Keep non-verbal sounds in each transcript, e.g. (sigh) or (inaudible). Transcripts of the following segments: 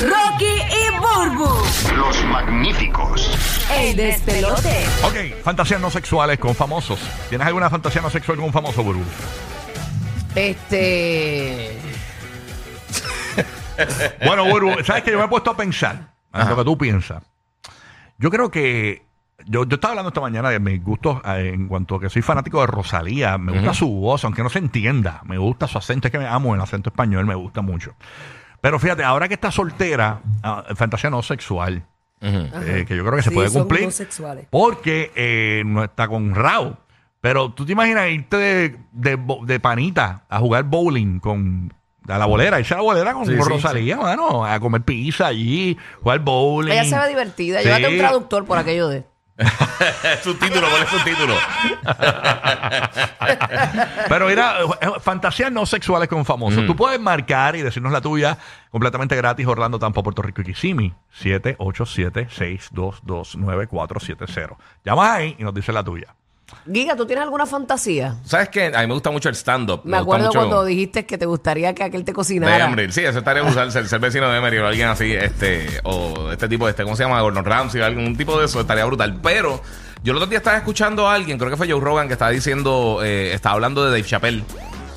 Rocky y Burbu, Los magníficos. el despelote. Ok, fantasías no sexuales con famosos. ¿Tienes alguna fantasía no sexual con un famoso, Buru? Este. Bueno, Buru, sabes que yo me he puesto a pensar en lo que tú piensas. Yo creo que. Yo, yo estaba hablando esta mañana de mis gustos eh, en cuanto a que soy fanático de Rosalía. Me gusta su voz, aunque no se entienda. Me gusta su acento. Es que me amo el acento español, me gusta mucho. Pero fíjate, ahora que está soltera, ah, fantasía no sexual, eh, que yo creo que se Sí, puede son cumplir. no sexuales. Porque eh, no está con Rao. Pero tú te imaginas irte de, de bo- de panita a jugar bowling con a la bolera, irse a la bolera con Sí, sí, Rosalía, mano, a comer pizza allí, jugar bowling. Ella se ve divertida. Sí. Llévate un traductor por aquello de. Es un título, ¿cuál es un (laughs) título? Pero era eh, eh, fantasías no sexuales con famosos. Mm. Tú puedes marcar y decirnos la tuya completamente gratis, Orlando Tampa, Puerto Rico y Kissimmee. 787-622-9470. Llamas ahí y nos dices la tuya. Giga, ¿tú tienes alguna fantasía? ¿Sabes qué? A mí me gusta mucho el stand-up. Me, gusta acuerdo mucho cuando dijiste que te gustaría que aquel te De cocinara. Emery. Sí, eso estaría usar ser, ser vecino de Emery o alguien así, este, o este tipo, este, ¿cómo se llama? Gordon Ramsay o algún tipo de eso, estaría brutal. Pero yo el otro día estaba escuchando a alguien, creo que fue Joe Rogan, que estaba diciendo, eh, estaba hablando de Dave Chappelle.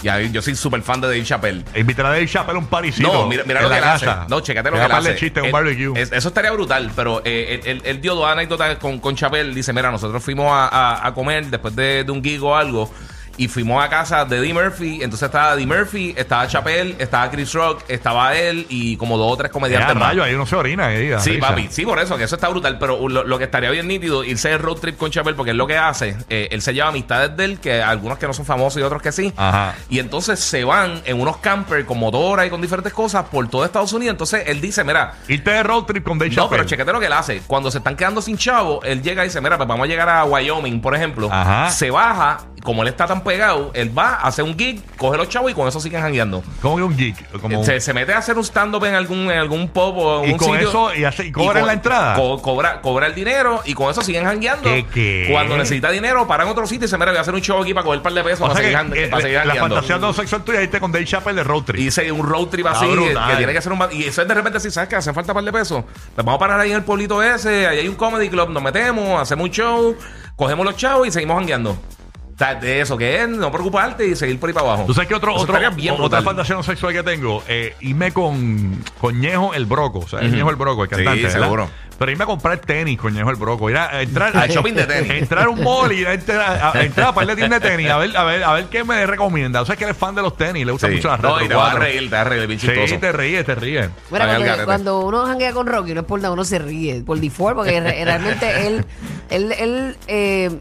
Y ahí, yo soy súper fan de Dave Chappelle. Invitar E a Dave Chappelle a un parisito. No, mira, mira en lo que la él hace. casa. No, checate lo Le da que él par de hace. chistes, un Él- barbecue. es- eso estaría brutal, pero eh, él, él- él dio dos anécdotas con, con Chapel. Dice, mira, nosotros fuimos a, a- a comer después de, de un gig o algo y fuimos a casa de Dee Murphy. Entonces estaba Dee Murphy, estaba Chapel, estaba Chris Rock, estaba él y como dos o tres Ya, comediantes más. rayo, ahí uno se orina. eh, da Sí, risa. papi, sí, por eso, que eso está brutal. Pero lo, lo que estaría bien nítido, irse de road trip con Chapel, porque es lo que hace. eh, él se lleva amistades de él, que algunos que no son famosos y otros que sí. Ajá. Y entonces se van en unos campers con motora y con diferentes cosas por todo Estados Unidos. Entonces él dice, mira, Irte de road trip con Dave no, Chappelle. pero chequete lo que él hace. Cuando se están quedando sin chavo, él llega y dice, mira, pues vamos a llegar a Wyoming, por ejemplo. Ajá. Se baja, como él está tan pegado, él va, hace un gig, coge los chavos y con eso siguen jangueando. Como que un geek. Como un- Se, se mete a hacer un stand-up en algún, en algún pub o en Y un con sitio. eso- y hace- y cobran co- la entrada. co- cobra, cobra el dinero y con eso siguen jangueando. ¿Qué, qué? Cuando necesita dinero, paran otro sitio y se mira, voy a hacer un show aquí para coger un par de pesos O para sea seguir, que, jan- eh, para seguir la jangueando. fantasía no sexual tuya irte con Dave Chappelle de road trip. Hice un road trip así que, brutal. que tiene que hacer un ba- y eso es de repente si sabes que hacen falta un par de pesos pues vamos a parar ahí en el pueblito ese ahí hay un comedy club nos metemos hacemos un show cogemos los chavos y seguimos jangueando O sea, de eso que es no preocuparte y seguir por ahí para abajo ¿Tú sabes qué otro, Eso otro, estaría bien otra brutal. fantasía no sexual que tengo? Eh, irme con, con Ñejo el Broco. O sea, Ñejo el Broco, el Sí, cantante. ¿verdad? seguro. Pero irme a comprar tenis con Ñejo el Broco. Ir a entrar (laughs) Al shopping de tenis. Entrar a un mall y ir a entrar a, a entrar a par de tiendas de tenis. A ver, a ver, a ver qué me recomienda. O sea, que eres fan de los tenis. Le gusta Sí. mucho las no, retro y te vas a cuatro. reír te vas a reír bien chistoso Sí, te ríes, te ríes. Mira, Ay, al cuando, garete. cuando uno janguea con Rocky, no es por nada, uno se ríe por default, porque re- realmente él, él, él eh,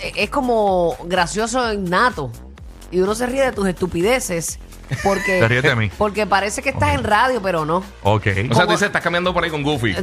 es como gracioso innato. Y uno se ríe de tus estupideces. Porque, Te ríes de mí. porque parece que estás en radio, pero no. Ok. o sea tú dices estás cambiando por ahí con (laughs) Goofy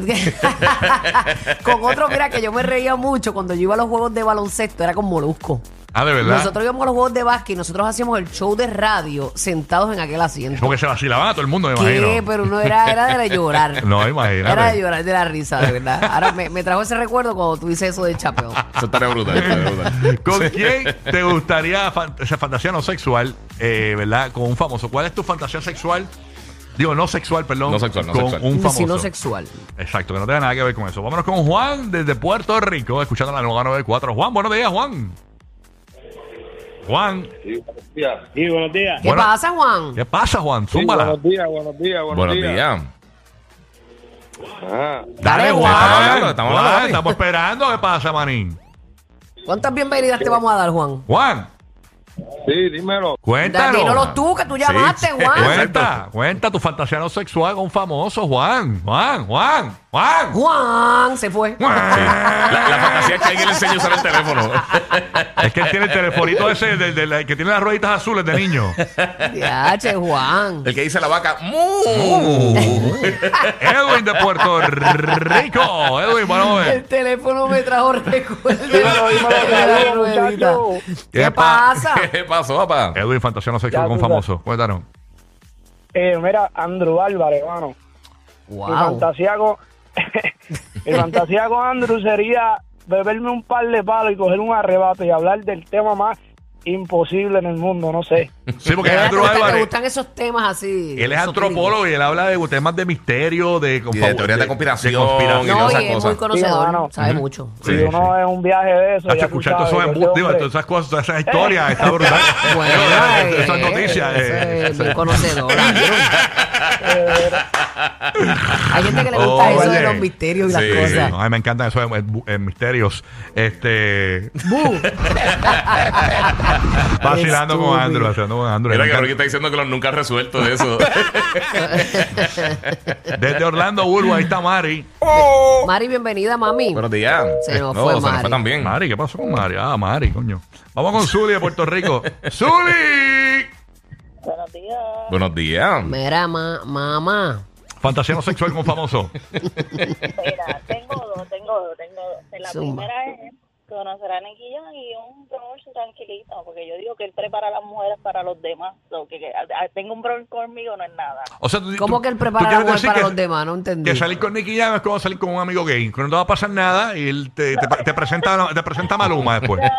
con otro, mira, que (laughs) yo me reía mucho cuando yo iba a los juegos de baloncesto, era con Molusco. ah, de verdad. Nosotros íbamos a los juegos de básquet y nosotros hacíamos el show de radio sentados en aquel asiento. Porque se vacilaban a todo el mundo, me ¿Qué? imagino. Pero uno era, era de llorar. (laughs) No, imagínate. Era de llorar de la risa, de verdad. Ahora me, me trajo ese recuerdo cuando tú dices eso de chapeo. eso estaría brutal, (laughs) estaría brutal. ¿Con quién te gustaría fan- esa fantasía no sexual, eh, verdad? Con un famoso. ¿Cuál es tu fantasía sexual? Digo, no sexual, perdón. No sexual, no con sexual. un Un famoso. sino sexual. Exacto, que no tenga nada que ver con eso. Vámonos con Juan desde Puerto Rico, escuchando la nueva 94. Juan, buenos días, Juan. Juan, Sí, buenos días. ¿Qué Bueno. pasa, Juan? ¿qué pasa, Juan? Sí, Zúmbala. buenos días, buenos días, buenos, buenos días. días Ajá. Dale, Juan. Juan, estamos hablando, estamos Juan, hablando, papi. estamos esperando. ¿Qué pasa, manín? ¿Cuántas bienvenidas te vamos a dar, Juan? Juan, Sí, dímelo. cuéntanos. Dínoslo tú, que tú llamaste, Sí. Juan. Cuenta, cuenta tu fantasía no sexual con un famoso, Juan, Juan, Juan, Juan. Juan se (laughs) fue. Sí. La, la fantasía es que alguien le enseñe a usar el teléfono. Es que él tiene el telefonito ese del- del- del que tiene las rueditas azules de niño. Diache, Juan. El que dice la vaca, "Mu". Edwin de Puerto Rico. Edwin, bueno, El eh, teléfono me (laughs) trajo recuerdos. Dímelo, dímelo, de la dímelo, ruedita. muchacho. ¿Qué Epa. pasa? (laughs) ¿Qué pasó, papá? Edwin, fantasía no sexual Ya con un tú sabes. famoso. Cuéntanos. Eh, mira, Andrew Álvarez, hermano. Mi Wow. fantasía con... (laughs) Mi fantasía con Andrew sería beberme un par de palos y coger un arrebato y hablar del tema más imposible en el mundo, no sé. Sí, (laughs) porque ¿Te, Andrew gustan- te Álvarez. gustan esos temas así? Él es esotéricos? antropólogo y él habla de temas de misterio, de, de teorías de conspiración y No, y esas es muy cosas. conocedor. Sí, mano. sabe mucho. Sí, si uno es un viaje de eso, Hacho, ya tú escuchar todos esos sabes, embustes, ese digo, hombre- todas esas cosas, todas esas historias, está brutal. Esas- esas eh, noticias. eh, eso es esas- bien conocedor. (laughs) Hay gente que le gusta eso de Oh, Oye. los misterios y las Sí, Sí, cosas. no, ay, me encantan esos em- em- em- misterios. Este. vacilando Estúpido. con Andrew, vacilando con Andrew. Mira Me que Rocky encanta. está diciendo que los nunca ha resuelto (laughs) de eso. Desde Orlando, Bulbo, ahí está Mari. Mari, bienvenida, mami. Buenos días. Se nos no, fue se nos Mari. fue también. Mari, ¿qué pasó con Mari? Ah, Mari, coño. Vamos con Zuli de Puerto Rico. (laughs) ¡Zuli! Buenos días. Mera ma- mamá. Fantasía no sexual con famoso. (laughs) Mira, tengo dos, tengo dos, tengo dos. La Zumba. primera es conocer a Nicky Jam y un brunch tranquilito, porque yo digo que él prepara a las mujeres para los demás. So que, que a- a- tengo un brunch conmigo no es nada. O sea, tú- ¿Cómo tú- que él tú prepara la quieres mujer decir para que- los demás? No entendí. Que salir con Nicky Jam es como salir con un amigo gay. Que no te va a pasar nada y él te, te, te presenta, te presenta a Maluma después. No, no,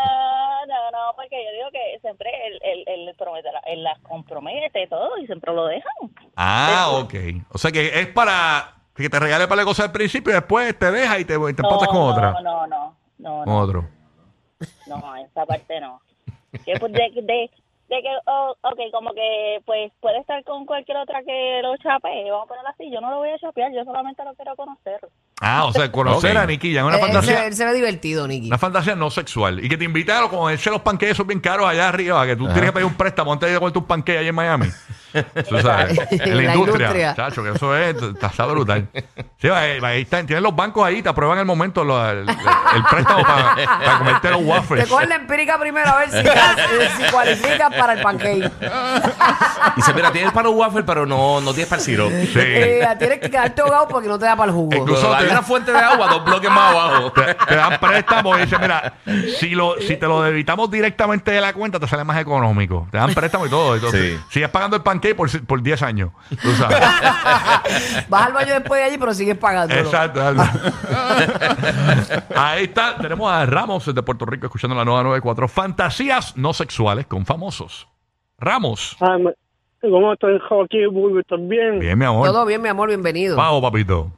no, porque yo digo que siempre él, él, él, les promete la- él las compromete y todo y siempre lo dejan. Ah, ok. O sea que es para que te regale para la cosa al principio y después te deja y te, y te empatas con no, otra. No, no, no, Con no, otro. no, esa parte no. Que pues de, de, de que, oh, ok, como que pues puede estar con cualquier otra que lo chapee, vamos a ponerlo así, yo no lo voy a chapear, yo solamente lo quiero conocer. Ah, o sea, conocer Ok. a Nicky Jam. Eh, Él- Una él se- fantasía. él se ve divertido, Nicky. Una fantasía no sexual. Y que te invitaron a comerse los panqueques esos bien caros allá arriba, que tú tienes que pedir un préstamo antes de comerte un panqueque allá en Miami. Tú (laughs) sabes. En la, La industria. industria. Chacho, que eso es, está, está brutal. Sí, ahí, ahí están, tienen los bancos ahí, te aprueban el momento lo- el, el préstamo para, para comerte los Te waffles. cogen la empírica primero a ver si, eh, (laughs) si cualificas para el pancake. Y Dice, mira, tienes para los waffles, pero no, no tienes para el siro. Sí. Eh, tienes que quedarte ahogado porque no te da para el jugo. Incluso Hay te- una fuente de agua dos bloques más (laughs) abajo. te, te dan préstamos y dicen, mira, si, lo, si te lo debitamos directamente de la cuenta, te sale más económico. Te dan préstamo y todo. Entonces, Sí. Sigues pagando el pancake por, si- por 10 años. Tú sabes. (laughs) Vas al baño después de allí, pero sigues pagándolo. Exacto. Ahí está. Tenemos a Ramos de Puerto Rico escuchando la nueva 94. Fantasías no sexuales con famosos. Ramos. Ay, Ah, me- ¿Cómo estoy, Joaquín Bulbo? ¿Estás bien? Bien, mi amor. Todo bien, mi amor, bienvenido. Pago, papito.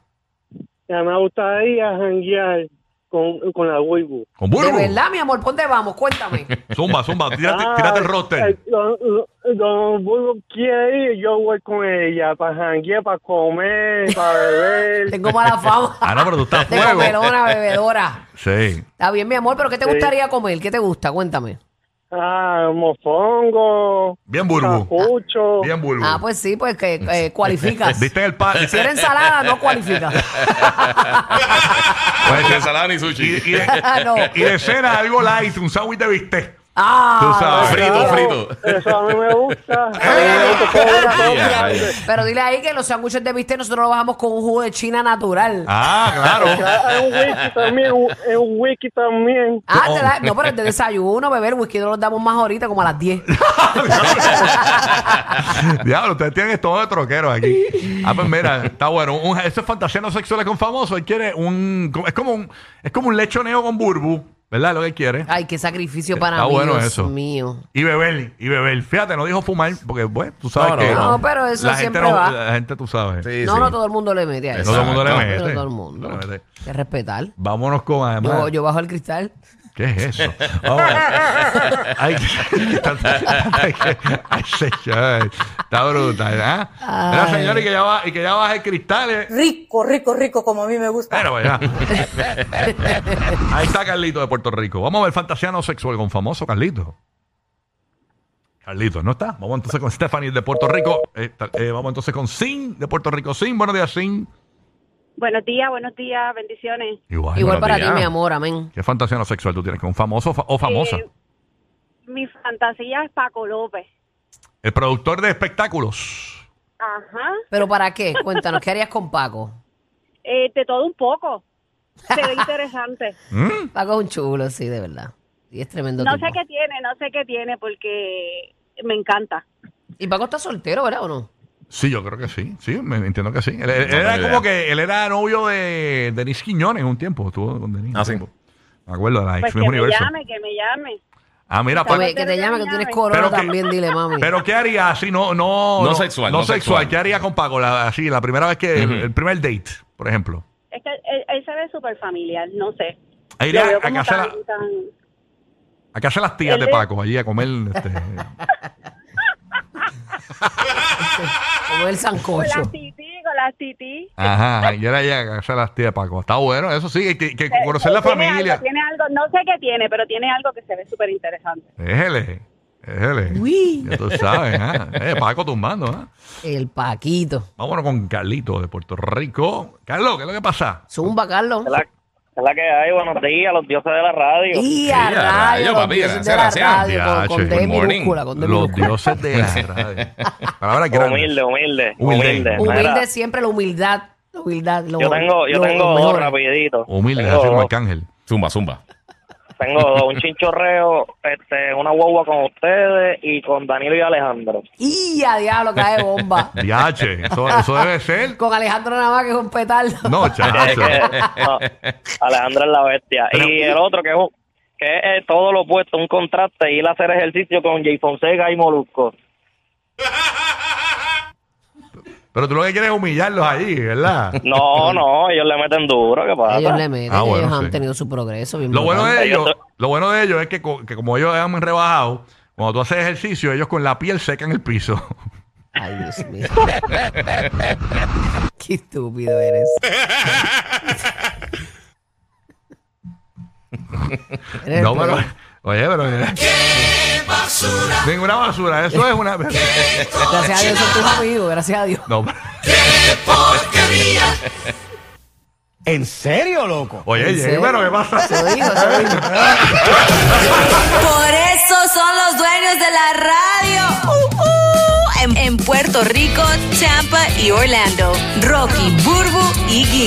Ya me gustaría janguear con, con la Bulbo. Con De Burbu. verdad, mi amor, ¿por dónde vamos? Cuéntame. Zumba, zumba. Tírate, tírate el Ay, roster. eh, Don, don- don Bulbo quiere ir, yo voy con ella para janguear, para comer, para beber. Tengo mala (laughs) fama. Ah, no, pero (laughs) tú estás a De fuego. comelona, bebedora. Sí. Está bien, mi amor, pero ¿qué te gustaría comer? ¿Qué te gusta? Cuéntame. Ah, mofongo, Bien, Ah, oh. Burbu. capucho. Bien, Burbu. Ah, pues sí, pues que (laughs) eh, cualificas. Diste en el pa- Si (laughs) era ensalada, no cualificas. (laughs) Pues ensalada ni Y, sushi. y de, Ah, No. y de cena algo light, un sándwich de bistec. Ah, Tú sabes. Frito, Claro, frito. Eso a mí (laughs) me gusta. Ya, ay. Pero dile ahí que los sándwiches de bistec nosotros lo bajamos con un jugo de China natural. Ah, Ah, claro. Hay un whisky también, un- hay un whisky también. Ah, oh. te da- no, pero es de desayuno, beber whisky no lo damos más ahorita, como a las (laughs) 10. Diablo, ustedes tienen todo de troquero aquí. Ah, pues mira, está bueno. Un, eso es fantasía no sexual con famoso. Él quiere un. Es como un, es como un lechoneo con burbu, ¿verdad? Lo que él quiere. Ay, qué sacrificio para Está mí, bueno Dios eso. mío. Y beber, y beber. Fíjate, no dijo fumar, porque, bueno, tú sabes No, no, que. no. No, pero eso la gente siempre no- va. La gente, tú sabes. Sí, no, sí. no todo el mundo le mete a No eso. todo el mundo le Exacto. mete. No todo el mundo. No le mete. Hay que respetar. Vámonos con además. Yo, yo bajo el cristal. ¿Qué es eso? Oh, ay, ay, ay, señor, está brutal, ¿ah? Mira, señor, y que ya va, y que ya baje cristales. Rico, rico, rico, como a mí me gusta. Pero vaya. pues, Ahí está Carlito de Puerto Rico. Vamos a ver fantasiano sexual con famoso Carlito. Carlito, ¿no está? Vamos entonces con Stephanie de Puerto Rico. Eh, ta- eh, vamos entonces con Sin de Puerto Rico. Sin, buenos días, Sin. Buenos días, buenos días, bendiciones. Igual, Igual buenos para ti, días. mi amor, amén. ¿Qué fantasía no sexual tú tienes con un famoso fa- o famosa? Eh, mi fantasía es Paco López. El productor de espectáculos. Ajá. ¿Pero para qué? Cuéntanos, ¿qué harías con Paco? Eh, de todo un poco. Se ve (laughs) interesante. Paco es un chulo, sí, de verdad. Y es tremendo No sé tipo. qué tiene, no sé qué tiene porque me encanta. Y Paco está soltero, ¿verdad o no? Sí, yo creo que sí. Sí, me entiendo que sí. Él, él- él No era tengo como idea. que él era novio de Denis Quiñones un tiempo. Estuvo con Denis. Ah, un sí. tiempo. Me acuerdo de la Pues ex que Miss me Universo. llame, que me llame. Ah, mira, Que, Paco. me- que te llame, que tú tienes corona Pero que- también, dile, mami. (laughs) Pero ¿qué haría así? No, no, No sexual, No, no sexual. sexual. ¿Qué haría con Paco? La- así, la primera vez que. el- Ujú. el, primer date, por ejemplo. Es que él, él se ve súper familiar, no sé. Ahí Lo iría veo a como casa, tan- tan- a casa de las tías Él de es- Paco, allí a comer. (laughs) Este, Como el Con sancocho. las tití, con las tití. ajá, y era allá a casa de las tías de Paco. Está bueno, eso sí, hay que, que conocer la Eh, Tiene familia. algo, tiene algo, no sé qué tiene, pero tiene algo que se ve súper interesante. Déjele, déjele. Ya tú sabes, ¿ah? Eh, Paco tumbando, ¿ah? El Paquito. Vámonos con Carlito de Puerto Rico. Carlos, ¿qué es lo que pasa? Zumba, Carlos. Es la, es la que hay, buenos días, los dioses de la radio. Y a a rayos, rayos, papi, los dioses de la gracias, radio, con, gracias. con Good D morning. minúscula, con D Los minúscula. dioses de la radio. Palabras grandes. Humilde, humilde, Humilde. humilde. Humilde Mira, siempre, la humildad, la humildad. lo- yo tengo, yo lo- tengo lo dos mejor. rapiditos. Humilde, tengo, así como dos, Arcángel. Zumba, zumba. tengo dos, un chinchorreo, este, una guagua con ustedes y con Danilo y Alejandro. Y a diablo, cae (laughs) bomba. Diache, eso, eso debe ser. con Alejandro nada más que es un petardo. No, (laughs) chacho. No, Alejandro es la bestia. Y el otro que es, un- que es eh, todo lo opuesto, un contraste, ir a hacer ejercicio con Jay Fonseca y Molusco. Pero tú lo que quieres es humillarlos ahí, ¿verdad? No, no, ellos le meten duro, ¿qué pasa? Ellos le meten, Ah, bueno, ellos sí. han tenido su progreso. bien Lo bueno brutal. de ellos, Ellos lo bueno de ellos es que, co- que como ellos han rebajado, cuando tú haces ejercicio, ellos con la piel seca en el piso. Ay, Dios mío. (laughs) Qué estúpido eres. Eres No, el pero, peor. oye, pero. ¡Qué basura! Ninguna basura, eso es una. Gracias a Dios son tus amigos, gracias a Dios. (laughs) No, pero- ¿En serio, loco? Oye, ¿En Jay, serio? pero ¿qué pasa? Eso digo, eso (laughs) digo. Por eso son los dueños de la radio. Uh, uh. En, en Puerto Rico, Tampa y Orlando. Rocky, Burbu y Gui.